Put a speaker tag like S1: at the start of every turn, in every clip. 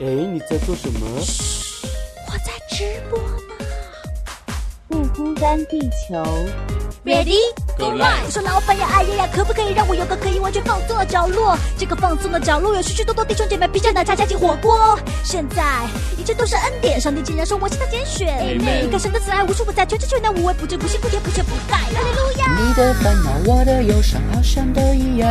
S1: 哎，你在做什么？
S2: 我在直播呢。
S3: 不孤单，地球。
S2: Ready
S4: Go live
S2: 我说老板呀，哎呀呀，可不可以让我有个可以完全放松的角落？这个放松的角落有许许多多弟兄姐妹披着奶茶加进火锅。现在一切都是恩典，上帝竟然说我是他拣选。
S4: Amen
S2: 你看神的慈爱无处不在，全知全能，无微不至，不信不疑，不缺不改。哈利路亚！
S5: 你的烦恼，我的忧伤，好像都一样。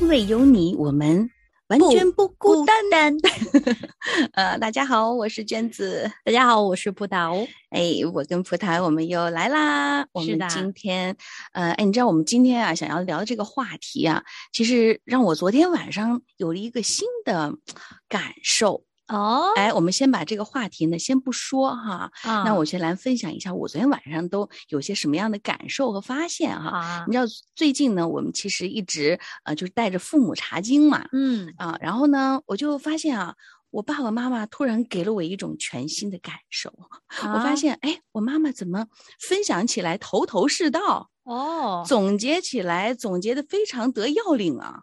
S5: 因为有你，我们完全不孤单。 呃，大家好，我是娟子。
S6: 大家好，我是葡萄。
S5: 哎，我跟葡萄，我们又来啦。我
S6: 是
S5: 们
S6: 的
S5: 今天，呃，哎，你知道我们今天啊，想要聊的这个话题啊，其实让我昨天晚上有了一个新的感受。
S6: 哦，
S5: 哎，我们先把这个话题呢，先不说哈，那
S6: 那
S5: 我先来分享一下我昨天晚上都有些什么样的感受和发现哈。
S6: 啊
S5: 你，知道最近呢，我们其实一直呃就是带着父母查经嘛，
S6: 嗯，
S5: 啊，然后呢，我就发现啊，我爸爸妈妈突然给了我一种全新的感受。我
S6: 啊
S5: 发现，哎，我妈妈怎么分享起来头头是道，
S6: 哦，
S5: 总结起来总结的非常得要 领啊。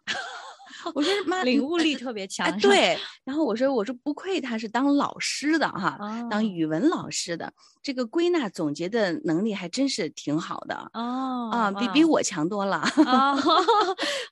S5: 我说妈，
S6: 领
S5: 嗯
S6: 悟力特别强
S5: 哎，
S6: 是吧
S5: 对。然后我说，我说不愧她是当老师的哈，
S6: 哦
S5: 当语文老师的，这个归纳总结的能力还真是挺好的。
S6: 哦
S5: 啊，比比
S6: 哇
S5: 我强多了。
S6: 啊，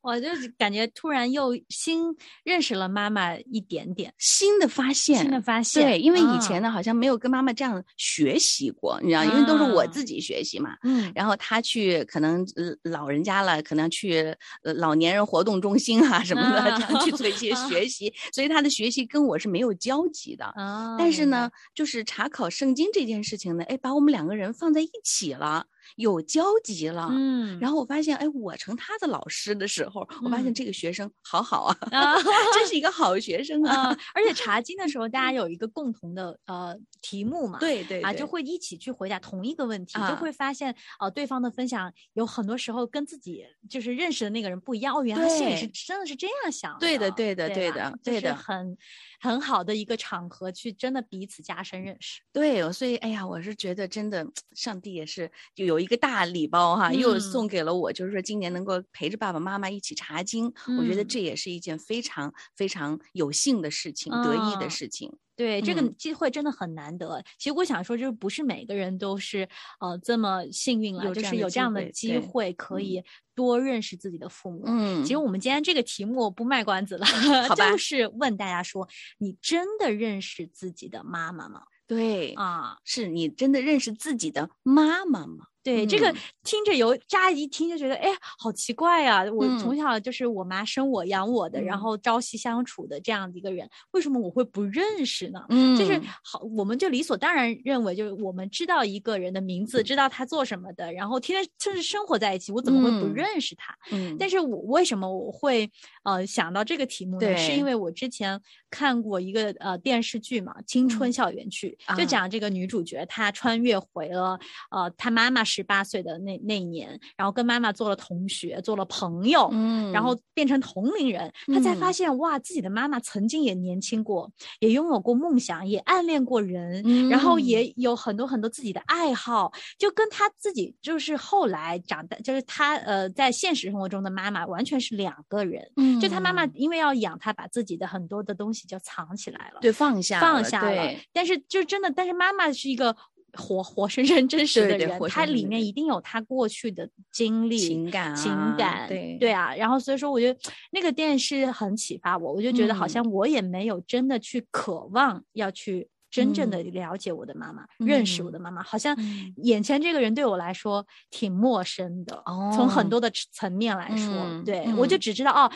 S6: 我就是感觉突然又新认识了妈妈一点点，
S5: 新的发现，
S6: 新的发现。
S5: 对，因为以
S6: 啊
S5: 前，呢，好像没有跟妈妈这样学习过，你知道，因为都是我
S6: 啊
S5: 自己学习嘛。
S6: 嗯，
S5: 然后他去可能呃老人家了，可能去呃老年人活动中心啊什么的，这样去做一些学习，所以他的学习跟我是没有交集的。
S6: 啊，
S5: 但是
S6: 明白
S5: 呢，，就是查考圣经这件事情呢，哎，把我们两个人放在一起了，有交集了。
S6: 嗯，
S5: 然后我发现，哎，我成他的老师的时候，我发现
S6: 嗯
S5: 这个学生好好 啊，
S6: 啊
S5: 真是一个好学生啊。
S6: 啊，而 且查经的时候，大家有一个共同的呃题目嘛，
S5: 对对
S6: 啊，
S5: 对
S6: 就会一起去回答同一个问题，
S5: 啊
S6: 就会发现呃，对方的分享有很多时候跟自己就是认识的那个人不一样。哦，原来他心里是
S5: 对
S6: 真的是这样想的。
S5: 对的对的对
S6: 对吧
S5: 的
S6: 就
S5: 对
S6: 是
S5: 的
S6: 很很好的一个场合去真的彼此加深认识。
S5: 对，所以哎呀，我是觉得真的，上帝也是就有一个大礼包哈，又
S6: 嗯
S5: 送给了我，就是说今年能够陪着爸爸妈妈一起查经，我觉得
S6: 嗯
S5: 这也是一件非常非常有幸的事情，得意的
S6: 嗯
S5: 事情。
S6: 对，这个
S5: 嗯
S6: 机会真的很难得。其实我想说，就是不是每个人都是呃这么幸运
S5: 有
S6: 了，
S5: 这
S6: 就
S5: 样
S6: 是
S5: 的
S6: 有
S5: 机
S6: 这样的
S5: 会
S6: 机
S5: 对
S6: 会可
S5: 嗯
S6: 以多认识自己的父母。
S5: 嗯，
S6: 其实我们今天这个题目不卖关子了，
S5: 好吧
S6: 就是问大家说，你真的认识自己的妈妈吗？
S5: 对，
S6: 啊，
S5: 是你真的认识自己的妈妈吗？
S6: 对，这个
S5: 嗯
S6: 听着有，乍一听就觉得，哎，好奇怪呀、我
S5: 嗯
S6: 从小就是我妈生我养我的，然
S5: 嗯
S6: 后朝夕相处的这样的一个人，为什么我会不认识呢？
S5: 嗯
S6: 就是好，我们就理所当然认为，就是我们知道一个人的名
S5: 嗯
S6: 字，知道他做什么的，然后天天甚至生活在一起，我怎么会不
S5: 嗯
S6: 认识他？
S5: 嗯，
S6: 但是我为什么我会呃想到这个题目呢？是
S5: 对
S6: 因为我之前看过一个呃电视剧嘛，《青春
S5: 嗯
S6: 校园剧》
S5: 啊
S6: 就讲这个女主角她穿越回了呃她妈妈十八岁的那那一年，然后跟妈妈做了同学，做了朋友。
S5: 嗯，
S6: 然后变成同龄人，她才发
S5: 嗯
S6: 现、哇，自己的妈妈曾经也年轻过，也拥有过梦想，也暗恋过人，然
S5: 嗯
S6: 后也有很多很多自己的爱好，就跟他自己就是后来长大，就是他呃在现实生活中的妈妈完全是两个人。
S5: 嗯，
S6: 就他妈妈
S5: 嗯
S6: 因为要养他，把自己的很多的东西就藏起来了，
S5: 对放下
S6: 放
S5: 了
S6: 下了
S5: 对。
S6: 但是就真的，但是妈妈是一个。活活生生真实
S5: 对
S6: 的
S5: 对
S6: 人，
S5: 活
S6: 她
S5: 生生
S6: 里
S5: 的
S6: 面
S5: 人
S6: 一定有她过去的经历、
S5: 情感啊
S6: 情感，
S5: 对
S6: 对啊，然后所以说，我觉得那个电视很启发我，我就觉得好
S5: 嗯
S6: 像我也没有真的去渴望要去真正的
S5: 嗯
S6: 了解我的妈妈，认识我
S5: 嗯
S6: 的妈妈，好像
S5: 嗯
S6: 眼前这个人对我来说挺陌生的，从很
S5: 哦
S6: 多的层面来说，
S5: 嗯
S6: 对我就
S5: 嗯
S6: 只知道哦。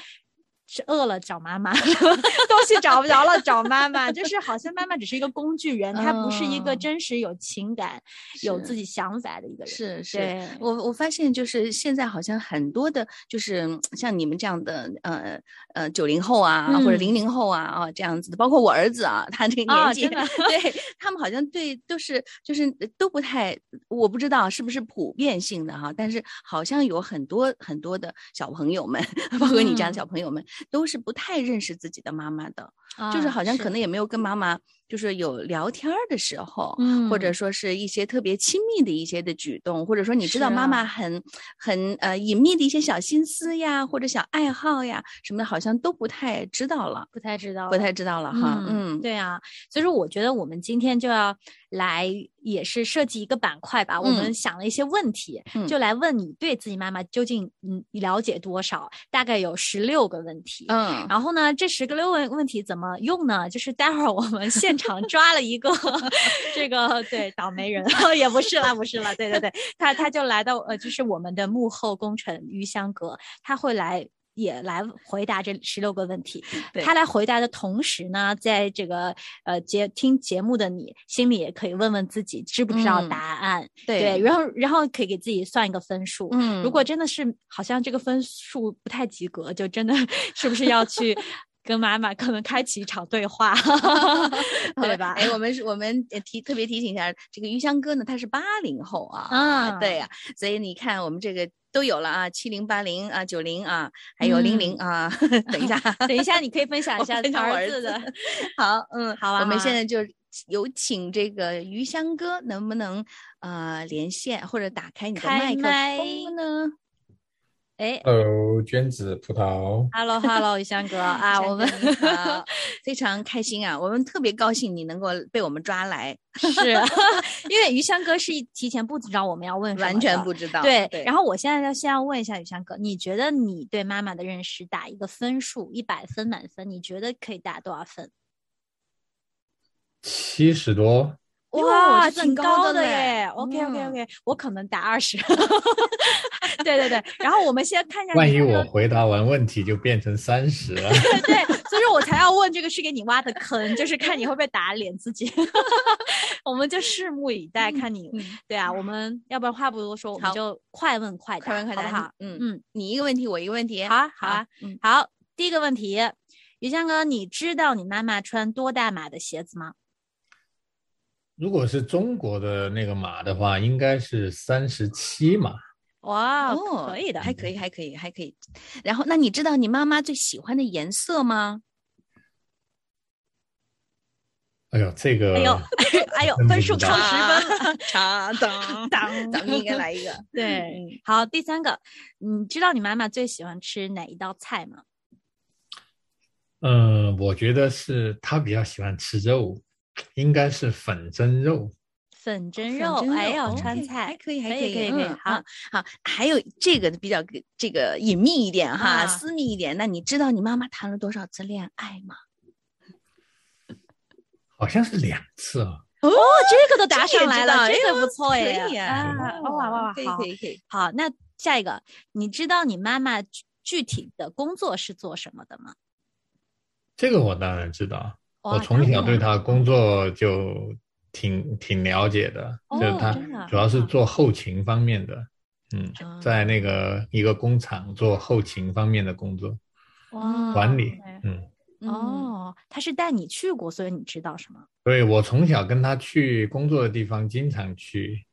S6: 是饿了找妈妈，东西找不着了找妈妈，就是好像妈妈只是一个工具人，她不是一个
S5: 嗯
S6: 真实有情感、有
S5: 是
S6: 自己想法的一个人。
S5: 是是，
S6: 对，
S5: 我我发现就是现在好像很多的，就是嗯像你们这样的呃呃九零后啊，或者
S6: 嗯
S5: 零零后啊啊这样子的，包括我儿子啊，他这个
S6: 啊
S5: 年纪，
S6: 真的
S5: 对他们好像对都是就是都不太，我不知道是不是普遍性的哈、但是好像有很多很多的小朋友们，包括你这样的
S6: 嗯
S5: 小朋友们，都是不太认识自己的妈妈的， 就是
S6: 啊
S5: 好像可能也没有跟妈妈就是有聊天儿的时候，
S6: 嗯，
S5: 或者说是一些特别亲密的一些的举动，或者说你知
S6: 是
S5: 道妈妈
S6: 啊
S5: 很、很呃隐秘的一些小心思呀，或者小爱好呀什么的，好像都不太知道了，
S6: 不太知道，
S5: 不太知道了哈。嗯，
S6: 对啊，所以说我觉得我们今天就要来，也是设计一个板块吧。我们
S5: 嗯
S6: 想了一些问题，
S5: 嗯
S6: 就来问你对自己妈妈究竟嗯了解多少？大概有十六个问题。
S5: 嗯，
S6: 然后呢，这十个六问问题怎么用呢？就是待会儿我们现场抓了一个 这个对倒霉人， 也不是啦，不是啦，对对对，他他就来到呃，就是我们的幕后功臣于香阁，他会来。也来回答这十六个问题。
S5: 对
S6: 他来回答的同时呢，在这个呃节听节目的你心里也可以问问自己知不知道
S5: 嗯
S6: 答案，对，
S5: 对，
S6: 然后然后可以给自己算一个分数，
S5: 嗯，
S6: 如果真的是好像这个分数不太及格，就真的 是不是要 去跟妈妈可能开启一场对话，对吧？
S5: 哎，我们是我们呃提特别提醒一下，这个于香哥呢，他是八零后啊，
S6: 啊
S5: 对呀、所以你看我们这个都有了啊，七零、八零啊、九零啊，还有零
S6: 嗯
S5: 零啊， 等一下，
S6: 等一下，你可以分享一下
S5: 我分享我
S6: 儿
S5: 儿
S6: 子
S5: 子
S6: 的，
S5: 好，嗯，
S6: 好啊
S5: 我们
S6: 好啊
S5: 现在就有请这个于香哥，能不能呃连线或者打开你的
S6: 开
S5: 麦克
S6: 麦
S5: 风呢？
S6: 哎
S1: Hello，娟子葡萄，
S6: ，Hello Hello，于香哥啊，
S5: 香
S6: 我
S5: 哥
S6: 们
S5: 你 好非常开心啊，我们特别高兴你能够被我们抓来，
S6: 是 因为于香哥是一提前不知道我们要问什
S5: 完
S6: 么
S5: 全
S6: 的
S5: 不知道。
S6: 对，
S5: 对
S6: 然后我现在要先要问一下宇翔哥，你觉得你对妈妈的认识打一个分数，一百分满分，你觉得可以打多少分？
S1: 七十多，
S5: 哟
S6: 哇，
S5: 这
S6: 挺
S5: 挺高
S6: 高
S5: 的
S6: 的
S5: 嘞
S6: 耶！OK OK OK，我可能打二 十。对对对，然后我们先看一下你
S1: 万一
S6: 那
S1: 我
S6: 个，
S1: 回答完问题就变成三十了。
S6: 对对，所以说我才要问这个是给你挖的坑，就是看你会不会打脸自己。 我们就拭目以待，看你。
S5: 嗯
S6: 对啊，我们要不然话不多说，我们
S5: 好
S6: 就快问快答，
S5: 快问快答，
S6: 好不好？
S5: 嗯嗯，
S6: 嗯，
S5: 你一个问题，我一个问题。
S6: 好啊，好啊，
S5: 嗯，
S6: 好，第一个问题，于香哥，你知道你妈妈穿多大码的鞋子吗？
S1: 如果是中国的那个码的话，应该是三十七码。
S6: 哇，
S5: 哦，
S6: 可以的，
S5: 还可以，还可以，还可以。然后，那你知道你妈妈最喜欢的颜色吗？
S1: 哎呦，这个
S6: 哎呦， 哎呦，
S1: 真
S6: 分
S1: 不
S6: 数
S1: 知
S6: 扣
S1: 道
S6: 十分 了。
S5: 分，查当
S6: 啊当
S5: 咱们应该来一个。
S6: 对，好，第三个，你知道你妈妈最喜欢吃哪一道菜吗？
S1: 嗯，我觉得是他比较喜欢吃肉，应该是粉蒸肉。
S6: 粉蒸
S5: 粉
S6: 肉，
S5: 蒸
S6: 哎呦，
S5: 哦
S6: 川
S5: ，OK，还
S6: 菜，
S5: 可以，还
S6: 可以
S5: 以，
S6: 可以可以
S5: 嗯
S6: 好
S5: 啊好，还有这个比较给这个隐秘一点哈，
S6: 啊
S5: 私密一点。那你知道你妈妈谈了多少次恋爱吗？
S1: 好像是两次啊，
S6: 哦，这个都答
S5: 这
S6: 上
S5: 个也
S6: 来
S5: 知
S6: 了，
S5: 道
S6: 这
S5: 哎
S6: 个不错耶，
S5: 可以啊
S6: 啊，哇
S5: 哦
S6: 哇哇，
S5: 可以，
S6: 好
S5: 可以，可以。
S6: 好，那下一个，你知道你妈妈具具体的工作是做什么的吗？
S1: 这个我当然知道。我
S6: 哇
S1: 从小对
S6: 她
S1: 他工作就挺挺了解的，就是
S6: 哦
S1: 他
S6: 真的啊
S1: 主要是做后勤方面的，嗯，在那个一个工厂做后勤方面的工作
S6: 哇
S1: 管理
S6: 对，
S1: 嗯，
S5: 嗯，
S6: 哦，他是带你去过，所以你知道是吗？
S1: 所以我从小跟他去工作的地方经常去，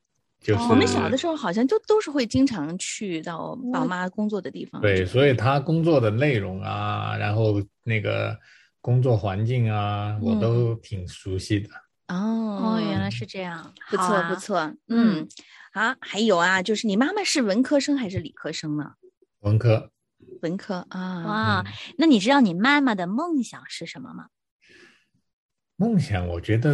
S1: 就是
S5: 哦我们小的时候好像就都是会经常去到爸妈工作的地方。
S1: 对，所以他工作的内容啊，然后那个工作环境啊，
S5: 嗯
S1: 我都挺熟悉的。
S5: 哦，
S6: 哦，原来是这样，
S5: 不
S6: 好
S5: 错，
S6: 啊
S5: 不。错。
S6: 嗯
S5: 嗯，啊，还有啊，就是你妈妈是文科生还是理科生呢？
S1: 文科，
S5: 文科啊，
S6: 哇
S1: 嗯，
S6: 那你知道你妈妈的梦想是什么吗？
S1: 梦想，我觉得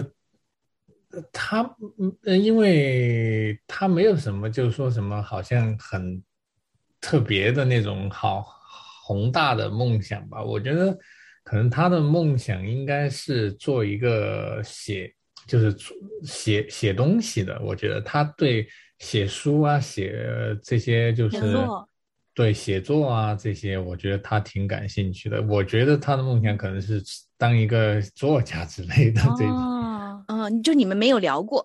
S1: 呃他，嗯呃因为他没有什么，就是说什么好像很特别的那种好宏大的梦想吧。我觉得可能他的梦想应该是做一个写，就是做写写东西的。我觉得他对写书啊，写这些就是
S6: 写作
S1: 对写作啊这些，我觉得他挺感兴趣的。我觉得他的梦想可能是当一个作家之类的这种，
S6: 哦，
S5: 嗯、就你们没有聊过，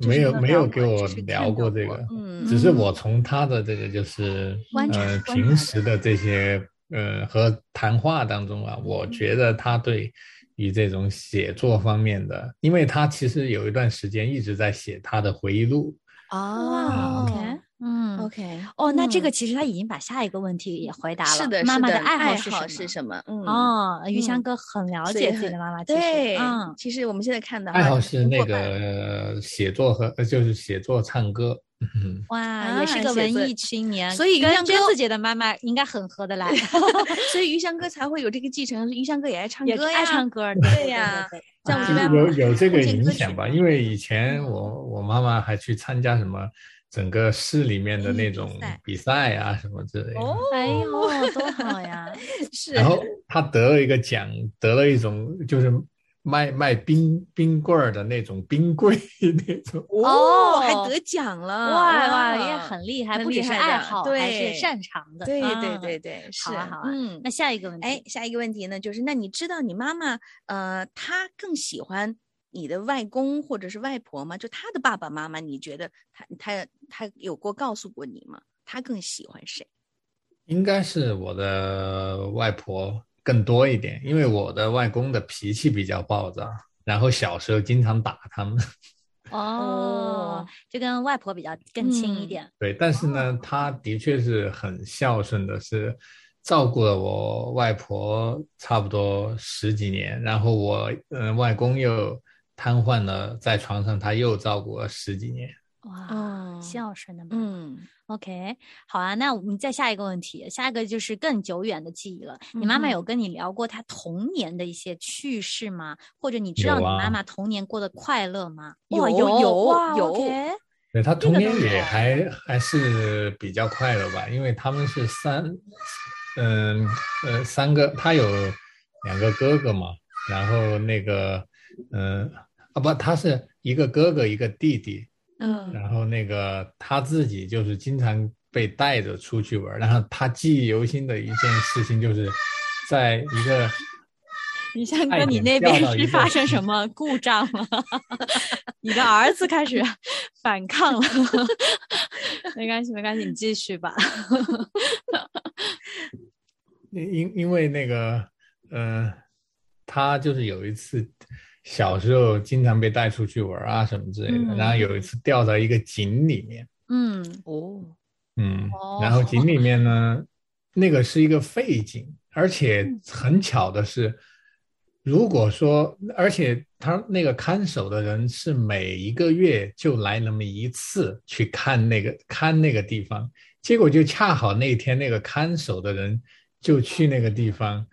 S5: 就是
S1: 没有
S5: 没有
S1: 没
S5: 聊
S1: 有
S5: 过
S1: 给
S5: 只
S1: 我
S5: 是看
S1: 聊过
S5: 到
S1: 这
S5: 过
S1: 个，
S5: 嗯
S1: 只是我从他的这个就是
S6: 观察
S1: 呃
S6: 观察
S1: 平
S6: 的
S1: 时的这些呃和谈话当中啊，
S5: 嗯
S1: 我觉得他对于这种写作方面的，因为他其实有一段时间一直在写他的回忆录，
S5: 哦
S1: 哇
S6: OK，嗯
S5: OK，
S6: 哦，那这
S5: 嗯
S6: 个其实他已经把下一个问题也回答了，
S5: 是的，
S6: 妈
S5: 是
S6: 妈
S5: 的
S6: 爱
S5: 爱
S6: 好
S5: 是
S6: 什
S5: 什么？嗯
S6: 么？，哦，于翔
S5: 嗯
S6: 哥很了
S5: 所
S6: 解
S5: 以
S6: 自己
S5: 很
S6: 的妈妈，其实
S5: 对，
S6: 嗯，
S5: 其实我们现在看的
S1: 爱
S5: 话
S1: 好
S5: 就是
S1: 是
S5: 通
S1: 那
S5: 过漫
S1: 个写作和呃就是写作唱歌，嗯，
S6: 哇，也是
S5: 啊
S6: 个
S5: 写
S6: 文
S5: 作
S6: 艺青年，
S5: 所以于
S6: 跟
S5: 翔
S6: 娟
S5: 哥
S6: 子姐的妈妈应该很合 得来，
S5: 所以于翔哥才会有这个继承。于翔哥也爱唱
S6: 也
S5: 歌呀，
S6: 爱唱 歌，
S5: 对
S6: 对
S5: 呀，
S6: 对对
S5: 在我们
S1: 就
S5: 这边
S1: 是有有这
S5: 推
S1: 个
S5: 荐歌
S1: 影
S5: 曲
S1: 响吧。
S5: 嘛
S1: 因为以前我我妈妈还去参加什么整个市里面的
S5: 文艺嗯比
S1: 那种
S5: 赛
S1: 比赛啊什么之类的，
S5: 哦
S6: 哎呦，多好呀！
S5: 是
S6: 哦
S1: 然后她得了一个奖，得了一种就是卖卖冰冰棍儿的那种冰柜那种。
S5: 哦，还
S6: 哦
S5: 得奖了，
S6: 哇哇，也很厉害，
S5: 很
S6: 不
S5: 厉
S6: 只是
S5: 害
S6: 爱
S5: 的
S6: 好，还是
S5: 对
S6: 擅长的。
S5: 对对
S6: 啊
S5: 对对，是
S6: 好啊好啊
S5: 嗯
S6: 那。下一个问题，
S5: 哎，，下一个问题呢，就是那你知道你妈妈呃，她更喜欢你的外公或者是外婆吗？就她的爸爸妈妈，你觉得她她她有过告诉过你吗？她更喜欢谁？
S1: 应该是我的外婆更多一点，因为我的外公的脾气比较暴躁，然后小时候经常打他们。
S6: 哦
S5: 哦，
S6: 就跟外婆比较更亲一
S5: 嗯
S6: 点。
S1: 对，但是呢，他的确是很孝顺的，是照顾了我外婆差不多十几年，然后我嗯、呃外公又瘫痪了，在床上他又照顾了十几年。
S6: 哇，
S5: 哦
S6: 孝顺的妈妈。
S5: 嗯，
S6: OK，好啊，那我们再下一个问题，下一个就是更久远的记忆了。你妈妈
S5: 嗯哼
S6: 有跟你聊过她童年的一些趣事吗？或者你知道
S1: 有
S6: 你妈
S1: 啊
S6: 妈童年过得快乐吗？哇
S5: 有
S6: 有
S5: 有
S6: 哇
S5: 有
S6: OK
S1: 对他童
S6: 个
S1: 年
S6: 倒是
S1: 也还还是比较快乐吧，因为他们是三，嗯呃三个，他有两个哥哥嘛，然后那个嗯、啊不，他是一个哥哥一个弟弟，
S5: 嗯
S1: 然后那个他自己就是经常被带着出去玩儿，然后他记忆犹新的一件事情就是，在一个
S6: 你像
S1: 差一
S6: 哥，你
S1: 点
S6: 那
S1: 掉
S6: 边
S1: 到一
S6: 是发
S1: 个
S6: 生什么故障了？ 你的儿子开始反 抗了， 没关系，没关系，你继续吧。
S1: 因因为那个嗯、呃他就是有一次小时候经常被带出去玩儿啊什么之类的，
S6: 嗯
S1: 然后有一次掉到一个井里面，
S6: 嗯，
S5: 哦，
S1: 嗯，
S6: 哦
S1: 然后井里面呢，那个是一个废井，而且
S6: 嗯
S1: 很巧的是，如果说，而且他那个看守的人是每一个月就来那么一次去看那个看那个地方，结果就恰好那天那个看守的人就去那个地方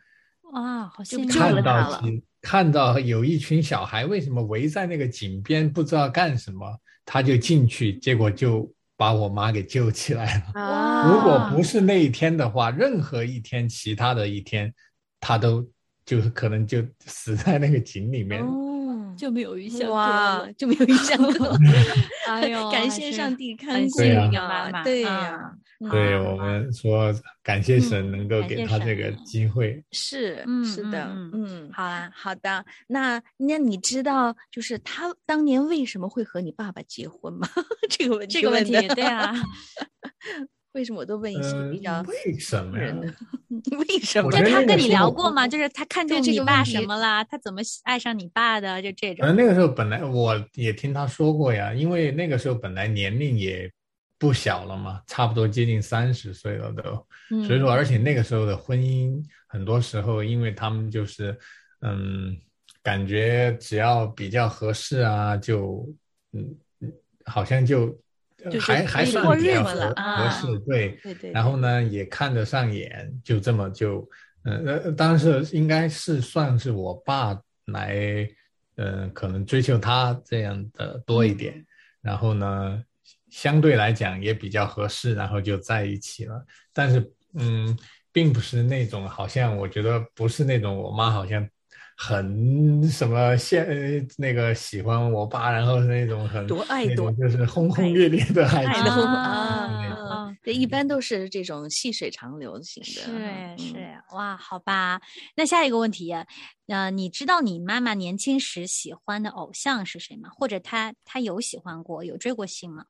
S6: 哇，好啊
S5: 就
S6: 幸运
S5: 救了
S1: 看
S5: 他
S1: 到
S5: 了
S1: 几看到有一群小孩为什么围在那个井边不知道干什么，他就进去，结果就把我妈给救起来了。
S5: 啊
S1: 如果
S6: 啊
S1: 不是那一天的话，任何一天其他的一天，他都就是可能就死在那个井里面。
S5: 哦，
S6: 就没有一项
S5: 哇，就没有印象了。
S6: 哎呦，
S5: 感谢上帝看顾
S1: 幸运
S5: 你
S1: 的
S6: 妈妈
S5: 对
S6: 啊
S5: 呀，嗯
S1: 对
S6: 啊
S1: 我们说，感谢神能够
S6: 感谢
S1: 给他这个
S5: 啊
S6: 神
S1: 机会。
S5: 是
S6: 嗯
S5: 是的，
S6: 嗯
S5: 嗯，
S6: 好啊，
S5: 好的，那那你知道就是他当年为什么会和你爸爸结婚吗？ 这个问题
S6: 这个问
S5: 问
S6: 题
S5: 的，
S6: 对 啊，
S5: 为什么我都问一些
S1: 嗯
S5: 比较，
S1: 为什么呀？
S5: 为什么
S1: 我
S6: 就
S1: 觉得
S6: 他
S1: 那
S6: 跟
S1: 个
S6: 你
S1: 时候
S6: 聊
S1: 我
S6: 过吗？就是他看
S5: 对
S6: 中
S5: 这
S6: 你
S5: 个问
S6: 爸什
S5: 题
S6: 么啦？他怎么喜爱上你爸的？就这
S1: 可
S6: 种。
S1: 能那个时候本来我也听他说过呀，因为那个时候本来年龄也不小了嘛，差不多接近三十岁了都。
S5: 嗯
S6: 嗯
S1: 所以说，而且那个时候的婚姻，很多时候因为他们就是，嗯，感觉只要比较合适啊，就，嗯，嗯好像就
S5: 就是
S1: 还还
S5: 可以
S1: 算
S5: 过
S1: 比
S5: 日
S1: 较
S5: 子
S1: 合
S5: 了
S1: 合适
S6: 啊，
S1: 对。
S5: 对对，
S1: 然后呢，也看得上眼，就这么就，嗯，呃，当时应该是算是我爸来，嗯，可能追求他这样的多一
S5: 嗯
S1: 点。然后呢，相对来讲也比较合适，然后就在一起了。但是，嗯，并不是那种好像我觉得不是那种我妈好像很什么现呃那个喜欢我爸，然后是那种很
S5: 多爱
S1: 那
S5: 多
S1: 种就是轰轰烈烈的爱
S5: 爱
S1: 情
S5: 的
S1: 那
S5: 轰
S1: 种。
S5: 啊
S6: 啊
S5: 嗯
S6: 啊
S5: 对，一般都是这种细水长流型的。
S6: 是
S5: 嗯
S6: 是，哇，好吧。那下一个问题，呃，你知道你妈妈年轻时喜欢的偶像是谁吗？或者她她有喜欢过，有追过星吗？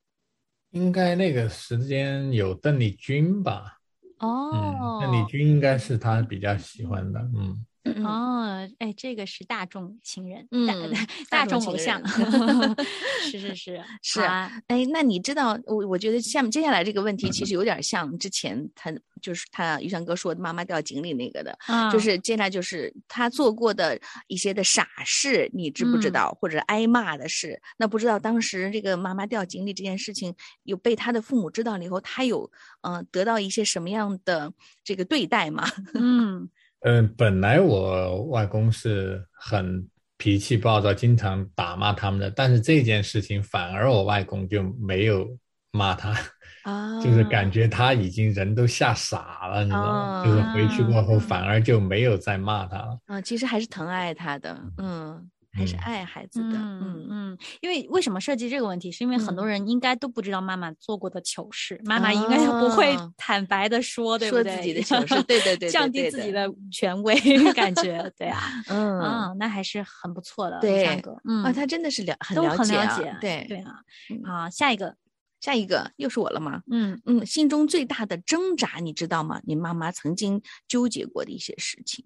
S1: 应该那个时间有邓丽君吧？
S6: 哦
S1: 嗯，，邓丽君应该是她比较喜欢的。嗯，
S5: 嗯
S6: 哦，哎，这个是大众情人，大
S5: 嗯
S6: 大
S5: 大众
S6: 众偶
S5: 情
S6: 像，
S5: 人
S6: 是是是
S5: 是
S6: 啊，
S5: 哎，那你知道我？我觉得下面接下来这个问题其实有点像之前他就是他于翔哥说的妈妈掉井里那个的，
S6: 啊
S5: 就是接下来就是他做过的一些的傻事，你知不知
S6: 嗯
S5: 道？或者挨骂的事，那不知道当时这个妈妈掉井里这件事情，有被他的父母知道了以后，他有嗯、呃得到一些什么样的这个对待吗？
S6: 嗯
S1: 嗯、本来我外公是很脾气暴躁，经常打骂他们的，但是这件事情反而我外公就没有骂他，
S5: 啊
S1: 就是感觉他已经人都吓傻了，你知道吗？就是回去过后
S6: 啊
S1: 反而就没有再骂他了。
S5: 啊、其实还是疼爱他的，嗯，还是
S1: 嗯
S5: 爱孩子的，
S6: 嗯嗯，因为为什么设计这个问题，是因为很多
S5: 嗯
S6: 人应该都不知道妈妈做过的糗事，妈妈应该也不会
S5: 啊
S6: 坦白的说，对不
S5: 说
S6: 对？
S5: 自己的糗 事对对对对
S6: 降低
S5: 对
S6: 自己
S5: 的
S6: 的权 威感觉，对啊，
S5: 嗯
S6: 啊，那还是很不错的，
S5: 对
S6: 尚哥，嗯
S5: 啊，他真的是了很
S6: 都
S5: 了
S6: 很
S5: 解啊，
S6: 解啊，
S5: 对
S6: 对啊
S5: 嗯，
S6: 好，下一个，
S5: 下一个又是我了吗？
S6: 嗯
S5: 嗯，心中最大的挣扎，你知道吗？你妈妈曾经纠结过的一些事情。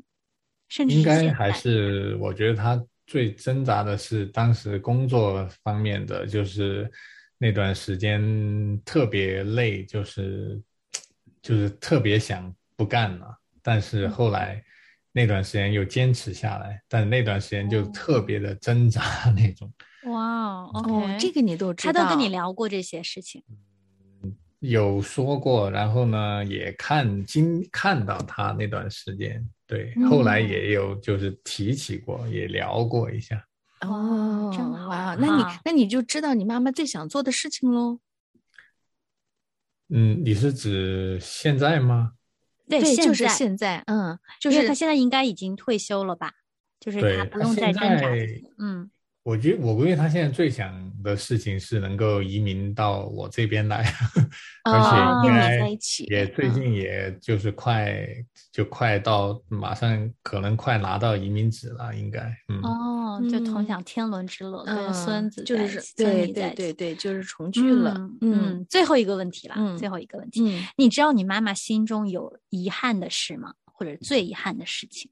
S6: 甚至
S1: 应该
S6: 现
S1: 还
S6: 在
S1: 是，我觉得他最挣扎的是当时工作方面的，就是那段时间特别累，就是就是特别想不干了，但
S6: 嗯
S1: 是后来那段时间又坚持下来，但那段时间
S6: 哦
S1: 就特别的挣扎那种。
S6: 哇
S5: 哦
S6: ，OK，，
S5: 这个你都知
S6: 他
S5: 道，
S6: 都跟你聊过这些事情，
S1: 有说过，然后呢，也看经看到他那段时间，对，后来
S6: 嗯
S1: 也有就是提起过，也聊过一下。
S5: 哦，
S6: 真好
S5: 哇，那你
S6: 啊
S5: 那你就知道你妈妈最想做的事情喽。
S1: 嗯，你是指现在吗？
S6: 对现
S5: 就是
S6: 在，
S5: 现在，嗯，就
S6: 因为
S5: 是
S6: 他现在应该已经退休了吧？就是
S1: 对
S6: 他
S1: 他
S6: 不用再
S1: 现
S6: 挣扎
S1: 在
S6: 自己，嗯，
S1: 我觉我估计他现在最想的事情是能够移民到我这边来，
S5: 哦
S1: 而
S5: 跟
S1: 且应
S5: 你
S1: 该
S5: 在一起
S1: 也最
S5: 嗯
S1: 近也就是快就快到马上可能快拿到移民纸了，应该嗯
S6: 哦，就同
S5: 嗯
S6: 享天伦之乐，跟
S5: 嗯，
S6: 孙子
S5: 就
S6: 在一
S5: 是
S6: 起孙
S5: 对
S6: 女在
S5: 对
S6: 一起
S5: 对对，就是重聚了。
S6: 嗯
S5: 嗯
S6: 嗯，最后一个问题啦，
S5: 嗯
S6: 最后一个问题，
S5: 嗯，
S6: 你知道你妈妈心中有遗憾的事吗？或者最遗憾的事情？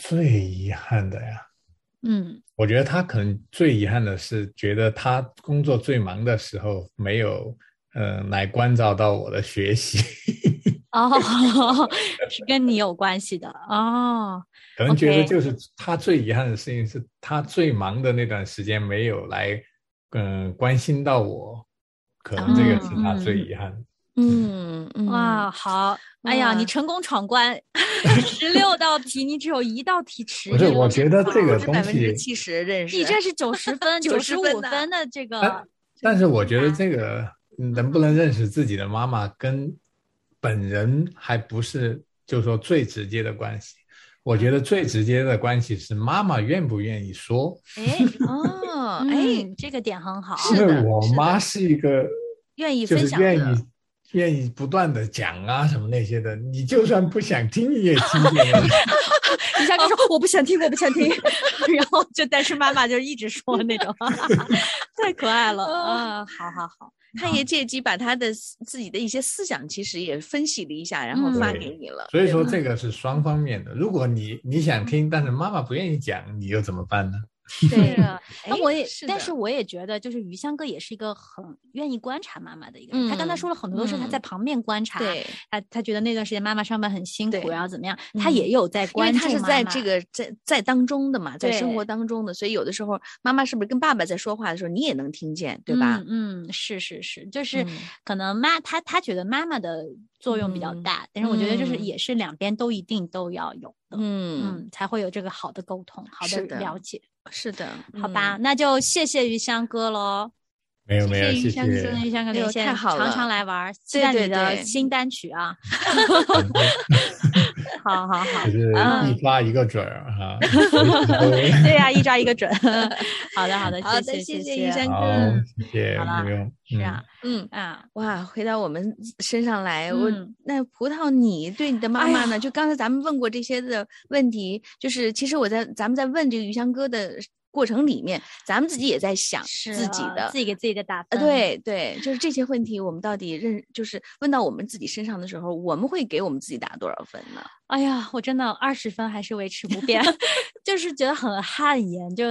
S1: 最遗憾的呀，
S6: 嗯，
S1: 我觉得他可能最遗憾的是，觉得他工作最忙的时候没有嗯、呃来关照到我的学习，
S6: 哦， 是跟你有关系的哦，
S1: 可能觉得
S6: OK
S1: 就是他最遗憾的事情是他最忙的那段时间没有来，嗯，关心到我，可能这个是他最遗憾的。
S5: 嗯嗯，
S6: 哇，好，哎呀，你
S5: 哇
S6: 成功闯 关，十六道题，你只有一道题迟疑
S1: 不
S6: 了。
S1: 是，我觉得这个
S5: 是
S1: 东
S5: 百分之
S1: 西，
S5: 七十认识。
S6: 你这是九十 分、九十
S5: 90
S6: 五
S5: 分呢
S6: 分的这个，
S1: 但是我
S5: 啊
S1: 觉得这个能不能认识自己的妈妈跟本人还不是，就是说最直接的关系。我觉得最直接的关系是妈妈愿不愿意说，
S6: 哎，
S5: 哦，哎，
S6: 哎，这个点很好，
S5: 是的
S1: 因为我妈是一个
S5: 愿意
S1: 就
S5: 分
S1: 是
S5: 享
S1: 愿
S5: 的
S1: 意愿意不断的讲啊什么那些的，你就算不想听你也听见 了。
S6: 一下就
S5: 哦
S6: 说我不想听，我不想听， 然后就但是妈妈就一直说那 种，太可爱
S5: 哦
S6: 了啊！好好好，
S5: 他也借机把他的思自己的一些思想，其实也分析了一下，然后发
S1: 嗯
S5: 给你了。
S1: 所以说
S5: 对吧
S1: 这个是双方面的。如果你你想听，但是妈妈不愿意讲，你又怎么办呢？
S6: 对
S5: 是
S6: 的。那
S5: 哎
S6: 我也，但
S5: 的
S6: 是我也觉得，就是于香哥也是一个很愿意观察妈妈的一个人。他刚才
S5: 嗯
S6: 说了很多事，他在
S5: 嗯
S6: 旁边观察，
S5: 对，
S6: 他他觉得那段时间妈妈上班很辛苦，
S5: 对
S6: 然后怎么样，他
S5: 嗯
S6: 也有在
S5: 因为
S6: 关注
S5: 他是
S6: 妈
S5: 在
S6: 妈
S5: 这个在在当中的嘛，在生活
S6: 对
S5: 当中的，所以有的时候妈妈是不是跟爸爸在说话的时候，你也能听见，对吧？
S6: 嗯，嗯是是是，就是
S5: 嗯
S6: 可能妈她她觉得妈妈的作用比较
S5: 嗯
S6: 大，但是我觉得就是
S5: 嗯
S6: 也是两边都一定都要有的，
S5: 嗯，
S6: 才会有这个好的沟通，好
S5: 是的
S6: 了解，
S5: 是的，嗯
S6: 好吧？那就谢谢于香哥喽，
S1: 没有没有，
S5: 谢谢
S1: 谢谢
S5: 云。
S6: 真的于香哥
S5: 哎呦
S6: 连线
S5: 太好
S6: 常常
S5: 了
S6: 来玩儿，期
S5: 对
S6: 待
S5: 对
S6: 你的
S5: 对
S6: 新单曲啊，啊 好好好，
S1: 就是
S6: 嗯
S1: 一抓一个准儿 啊。随时
S6: 对呀、一抓一个 准。好的哦好的，
S5: 好的
S6: 谢
S5: 谢谢
S6: 谢
S5: 玉山
S1: 都
S5: 哥
S1: 好，谢谢
S6: 嗯好啦
S1: 不用。
S6: 是
S1: 嗯
S6: 啊
S5: 嗯，
S6: 啊，
S5: 哇，回到我们身上来，我
S6: 嗯
S5: 那葡萄，你对你的妈
S6: 哎
S5: 妈
S6: 呀
S5: 呢？就刚才咱们问过这些的问题，就是其实我在咱们在问这个鱼香哥的过程里面，咱们自己也在想
S6: 是
S5: 自己
S6: 啊
S5: 的
S6: 自己给自己的打
S5: 呃，
S6: 分。
S5: 对对，就是这些问题，我们到底认，就是问到我们自己身上的时候，我们会给我们自己打多少分呢？
S6: 哎呀，我真的二十分还是维持不 变，就是觉得很汗颜，就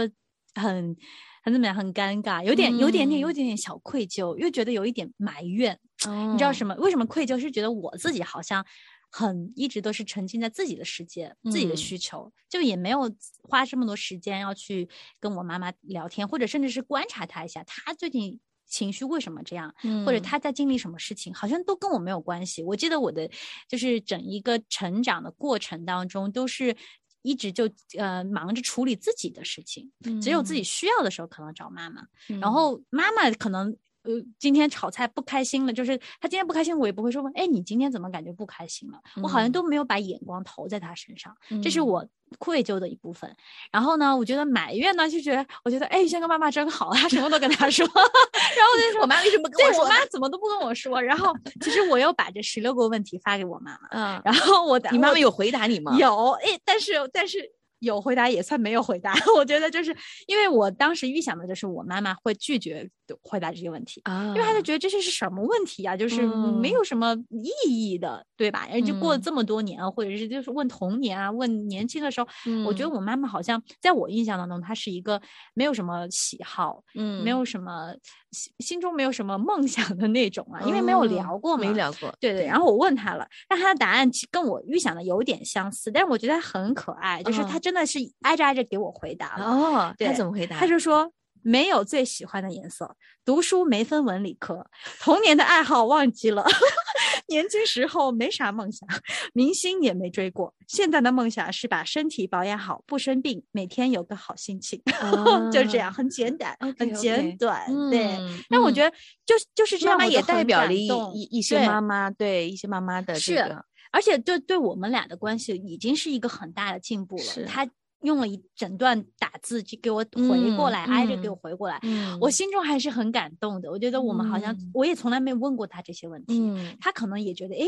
S6: 很很怎么样，很尴尬，有点有点点有
S5: 嗯
S6: 点点小愧疚，又觉得有一点埋怨。
S5: 你
S6: 你知道什
S5: 么？
S6: 么？为什么愧疚？是觉得我自己好像很一直都是沉浸在自己的世界、自己的
S5: 嗯
S6: 需求，就也没有花这么多时间要去跟我妈妈聊天，或者甚至是观察她一下，她最近情绪为什么这样，或者
S5: 嗯
S6: 她在经历什么事情，好像都跟我没有关系。我记得我的就是整一个成长的过程当中，都是一直就呃忙着处理自己的事情，只有自
S5: 嗯
S6: 己需要的时候可能找妈妈。然后妈妈可能呃今天炒菜不开心了，就是她今天不开心，我也不会说问，哎，你今天怎么感觉不开心了？我好像
S5: 嗯
S6: 都没有把眼光投在她身上，这是
S5: 嗯
S6: 我愧疚的一部分。然后呢，我觉得埋怨呢，就觉得我觉得哎，香港妈妈真好，她什么都跟她说，然后我就说
S5: 我妈为什么跟
S6: 对
S5: 我说
S6: 我妈怎么都不跟我说？然后其实我又把这十六个问题发给我妈妈，
S5: 嗯，
S6: 然后我的
S5: 你妈
S6: 我
S5: 妈有回答你吗？
S6: 有，诶，但是但是有回答也算没有回答。 我觉得就是因为我当时预想的就是我妈妈会拒绝回答这些问题。
S5: 啊，
S6: 因为她就觉得这是什么问题呀、啊就是没
S5: 嗯
S6: 有什么意义的，对吧？而就过了
S5: 嗯
S6: 这么多年啊，或者是就是问童年啊，问年轻的时候，我觉得
S5: 嗯
S6: 我妈妈好像在我印象当中，她是一个没有什么喜好，
S5: 嗯
S6: 没有什么心心中没有什么梦想的那种啊，因为没有
S5: 哦
S6: 聊过嘛，
S5: 没聊过，
S6: 对对，然后我问他了，但他的答案其实跟我预想的有点相似，但是我觉得他很可爱，就是他
S5: 嗯
S6: 真的是挨着挨着给我回答了。
S5: 哦，
S6: 对
S5: 她怎么回答？
S6: 他就说没有最喜欢的颜色，读书没分文理科，童年的爱好忘记了， 年轻时候没啥梦想，明星也没追过，现在的梦想是把身体保养好，不生病，每天有个好心情， 就这样，很简单，很
S5: OK，OK
S6: 简短，
S5: 啊，
S6: 对。
S5: 嗯
S6: 但我
S5: 嗯
S6: 觉得就是就是这样，
S5: 妈妈
S6: 我
S5: 也
S6: 就很
S5: 代表
S6: 感
S5: 了一
S6: 动
S5: 一一些
S6: 对
S5: 妈妈，对一些妈妈的这
S6: 是
S5: 个，
S6: 而且对对我们俩的关系已经是一个很大的进步
S5: 是
S6: 了。他用了一整段打字去给我回过
S5: 嗯
S6: 来，挨着给
S5: 嗯
S6: 我回过来，
S5: 嗯
S6: 我心中还是很感动的。我觉得我们好像、
S5: 嗯
S6: 我也从来没问过他这些问题。
S5: 嗯
S6: 他可能也觉得，哎，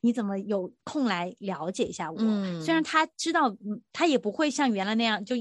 S6: 你怎么有空来了解一下我？虽然
S5: 嗯
S6: 他知道，嗯他也不会像原来那样就，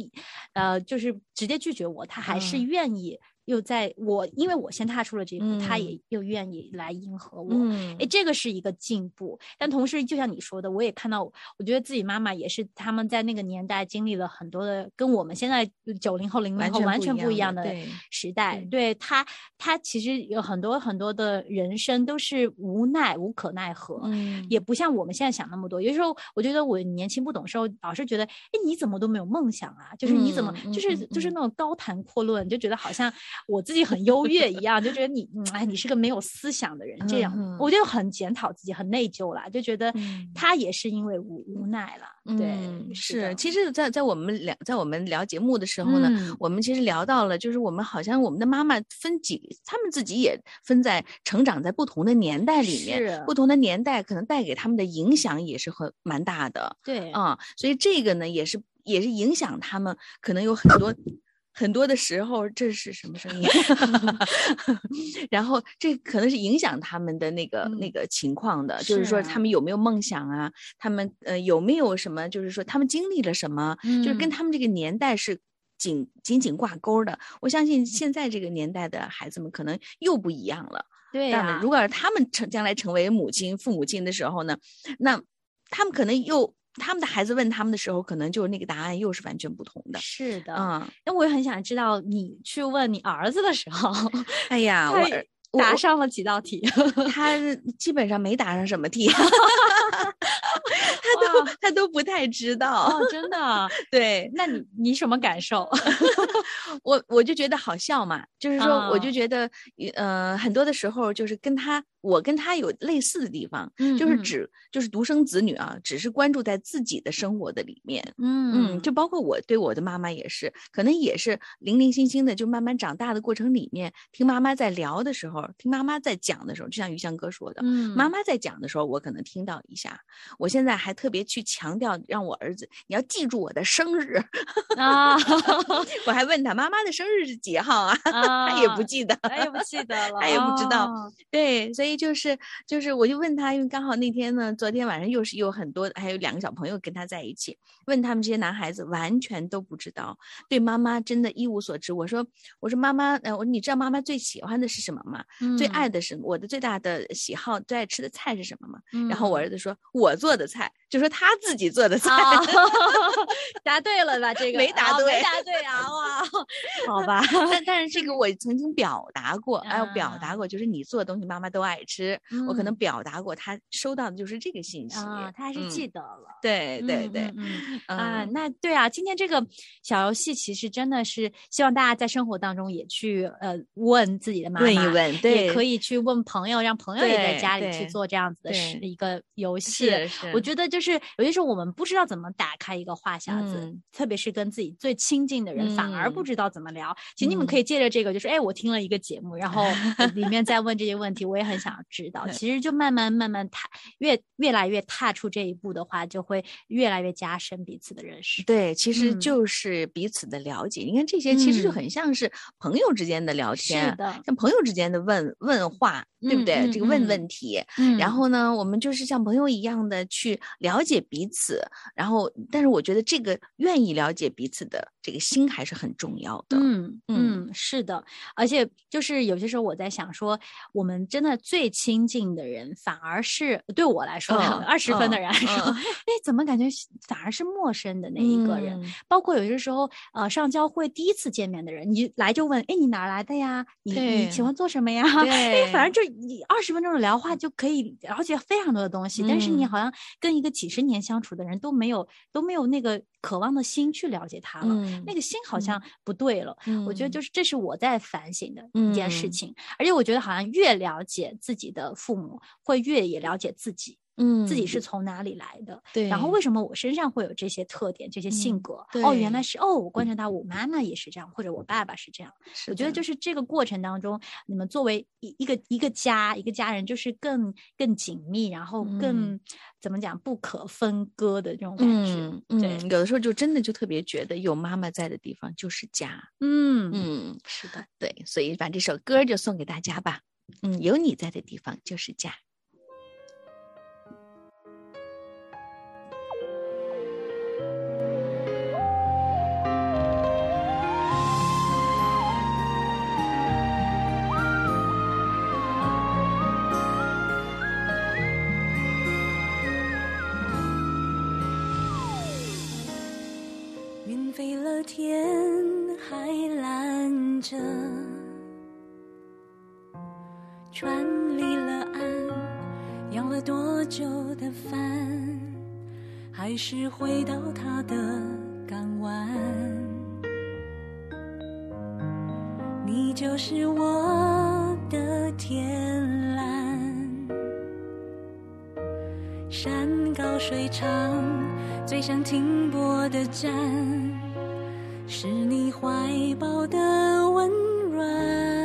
S6: 呃，就是直接拒绝我，他还是
S5: 嗯
S6: 愿意又在我，因为我先踏出了这一步，他
S5: 嗯
S6: 也又愿意来迎合我。
S5: 嗯
S6: 哎，这个是一个进步，但同时，就像你说的，我也看到，我觉得自己妈妈也是他们在那个年代经历了很多的，跟我们现在九零后、零零
S5: 完
S6: 后
S5: 全
S6: 完
S5: 不
S6: 全
S5: 一
S6: 不一
S5: 样
S6: 样
S5: 的
S6: 的
S5: 对嗯
S6: 时代。对
S5: 对
S6: 她，她其实有很多很多的人生都是无奈、无可奈何，
S5: 嗯
S6: 也不像我们现在想那么多。有时候我觉得我年轻不懂事，我老是觉得，哎，你怎么都没有梦想啊？就是你怎么，
S5: 嗯
S6: 就是
S5: 嗯嗯
S6: 就是
S5: 嗯
S6: 那种高谈阔论，就觉得好像我自己很优越一样，就觉得你，嗯哎，你是个没有思想的人。这样，
S5: 嗯嗯
S6: 我就很检讨自己，很内疚啦，就觉得
S5: 嗯
S6: 他也是因为无无奈了。对，
S5: 嗯是，嗯其
S6: 实
S5: 实在，在我们聊在我们聊节目的时候呢，
S6: 嗯
S5: 我们其实聊到了，就是我们好像我们的妈妈分几，她们自己也分在成长在不同的年代里面
S6: 是，
S5: 不同的年代可能带给他们的影响也是很蛮大的
S6: 对，
S5: 啊、所以这个呢也是也是影响他们，可能有很多很多的时候，这是什么声音？ 然后这可能是影响他们的那个、那
S6: 嗯
S5: 个情况的，就是
S6: 是
S5: 说
S6: 啊
S5: 他们有没有梦想啊，他们呃有没有什么，就是说他们经历了什么，就是
S6: 嗯
S5: 跟他们这个年代是紧紧紧挂钩儿的。我相信现在这个年代的孩子们可能又不一样了。
S6: 对啊
S5: 当然
S6: 呀
S5: 如果要是他们成将来成为母亲、父母亲的时候呢，那他们可能又他们的孩子问他们的时候，可能就是那个答案又是完全不同的。
S6: 是的，
S5: 嗯，
S6: 那我也很想知道，你去问你儿子的时候，
S5: 哎呀，我
S6: 他
S5: 儿我
S6: 答
S5: 我哦
S6: 上了几道题？
S5: 他基本上没答上什么题，他都
S6: 哇
S5: 他都不太才知道。
S6: 哦，真
S5: 啊
S6: 的？
S5: 对
S6: 那你你什么感 受？
S5: 我，我就觉得好笑嘛，就是说，我就
S6: 啊
S5: 觉得，呃，很多的时候就是跟他，我跟他有类似的地方，就
S6: 就是是指
S5: 只就是独生子女啊，只是关注在自己的生活的里面，
S6: 嗯
S5: 嗯，
S6: 就
S5: 就包括我对我的妈妈也是，可能也是零零星星的，就慢慢长大的过程里面，听妈妈在聊的时候，听妈妈在讲的时候，就像于翔哥说的，
S6: 嗯
S5: 妈妈在讲的时候，我可能听到一下。我现在还特别去强调，让我儿子你要记住我的生日。
S6: 啊
S5: 我还问他妈妈的生日是几号啊？ 哎他
S6: 他
S5: 也不记得。
S6: 他也不记得了，
S5: 他也不知道
S6: 哦
S5: 对，所以就是就是，我就问他，因为刚好那天呢，昨天晚上又是有很多，还有两个小朋友跟他在一起，问他们这些男孩子完全都不知道，对妈妈真的一无所知。我说我说妈妈，呃，我说你知道妈妈最喜欢的是什么吗？最
S6: 嗯
S5: 爱的是我的最大的喜好，最爱吃的菜是什么吗？
S6: 嗯
S5: 然后我
S6: 嗯
S5: 儿子说我做的菜，就说他自己做的菜。
S6: 啊， 答对了吧？这个
S5: 没答
S6: 啊
S5: 对
S6: 没答对啊！哇，好吧，
S5: 但但是这个我曾经表达过，哎、我表达
S6: 啊
S5: 过，就是你做的东西妈妈都爱吃， 我可能
S6: 嗯
S5: 表达过，他收到的就是这个信息。
S6: 啊，他还是
S5: 嗯
S6: 记得了。
S5: 对对
S6: 嗯
S5: 对，
S6: 嗯嗯
S5: 嗯
S6: 啊，那对啊，今天这个小游戏其实真的是希望大家在生活当中也去呃问自己的妈妈，
S5: 问一问，对，
S6: 也可以去问朋友，让朋友也在
S5: 对
S6: 家里去
S5: 对
S6: 做这样子的事
S5: 对
S6: 一个游戏。
S5: 是是，
S6: 我觉得就是有些时候我们不知道怎么打开一个话匣子，
S5: 嗯
S6: 特别是跟自己最亲近的人，反而不
S5: 嗯
S6: 知道怎么聊。其实你们
S5: 嗯
S6: 可以借着这个，就是哎，我听了一个节目，然后呃里面再问这些问题，我也很想知道。
S5: 对
S6: 其实就慢慢慢慢踏，越越来越踏出这一步的话，就会越来越加深彼此的认识。
S5: 对，其实
S6: 嗯
S5: 就是彼此的了解。你看这些其实就
S6: 嗯
S5: 很像是朋友之间的聊天
S6: 是，的，
S5: 像朋友之间的问问话，对不
S6: 嗯
S5: 对？
S6: 嗯
S5: 这个问
S6: 嗯
S5: 问题，
S6: 嗯
S5: 然后呢，我们就是像朋友一样的去了解彼此。然后，但是我觉得这个愿意了解彼此的这个心还是很重要的。
S6: 嗯
S5: 嗯
S6: 嗯，是的，而且就是有些时候我在想说，我们真的最亲近的人，反而是对我来说
S5: 嗯，
S6: 二十、分的
S5: 嗯
S6: 人来说，
S5: 嗯
S6: 哎、怎么感觉是反而是陌生的那一个人？
S5: 嗯
S6: 包括有些时候，呃，上交会第一次见面的人，你来就问，哎，你哪儿来的呀？你你喜
S5: 对
S6: 欢做什么呀？
S5: 对
S6: 哎，反正就你二十分钟的聊话就可以了解非常多的东西，但是你
S5: 嗯
S6: 好像跟一个几十年相处的人都没有都没有那个渴望的心去了解他了。
S5: 嗯
S6: 那个心好
S5: 嗯
S6: 像不对了。我觉得
S5: 嗯
S6: 就是这是我在反省的一件事
S5: 嗯
S6: 情，而且我觉得好像越了解自己的父母，会越也了解自己，
S5: 嗯
S6: 自己是从哪里来的，
S5: 对，
S6: 然后为什么我身上会有这些特点、这些性
S5: 嗯
S6: 格？哦，原来
S5: 对嗯
S6: 是哦，我观察到我妈妈也是这样，或者我爸爸是这样。
S5: 是
S6: 我觉得
S5: 的
S6: 就是这个过程当中，你们作为一一个一个家一个家人，就是更更紧密，然后
S5: 嗯
S6: 更、怎么讲不可分割的这种感觉。
S5: 嗯
S6: 对
S5: 嗯，有的时候就真的就特别觉得有妈妈在的地方就是家。
S6: 嗯
S5: 嗯，
S6: 是的。
S5: 对，所以把这首歌就送给大家吧。嗯，有你在的地方就是家。
S2: 云飞了天还蓝着，船离了岸，养了多久的帆，还是回到它的港湾。你就是我的天蓝，山高水长。最想停泊的站，是你怀抱的温暖。啊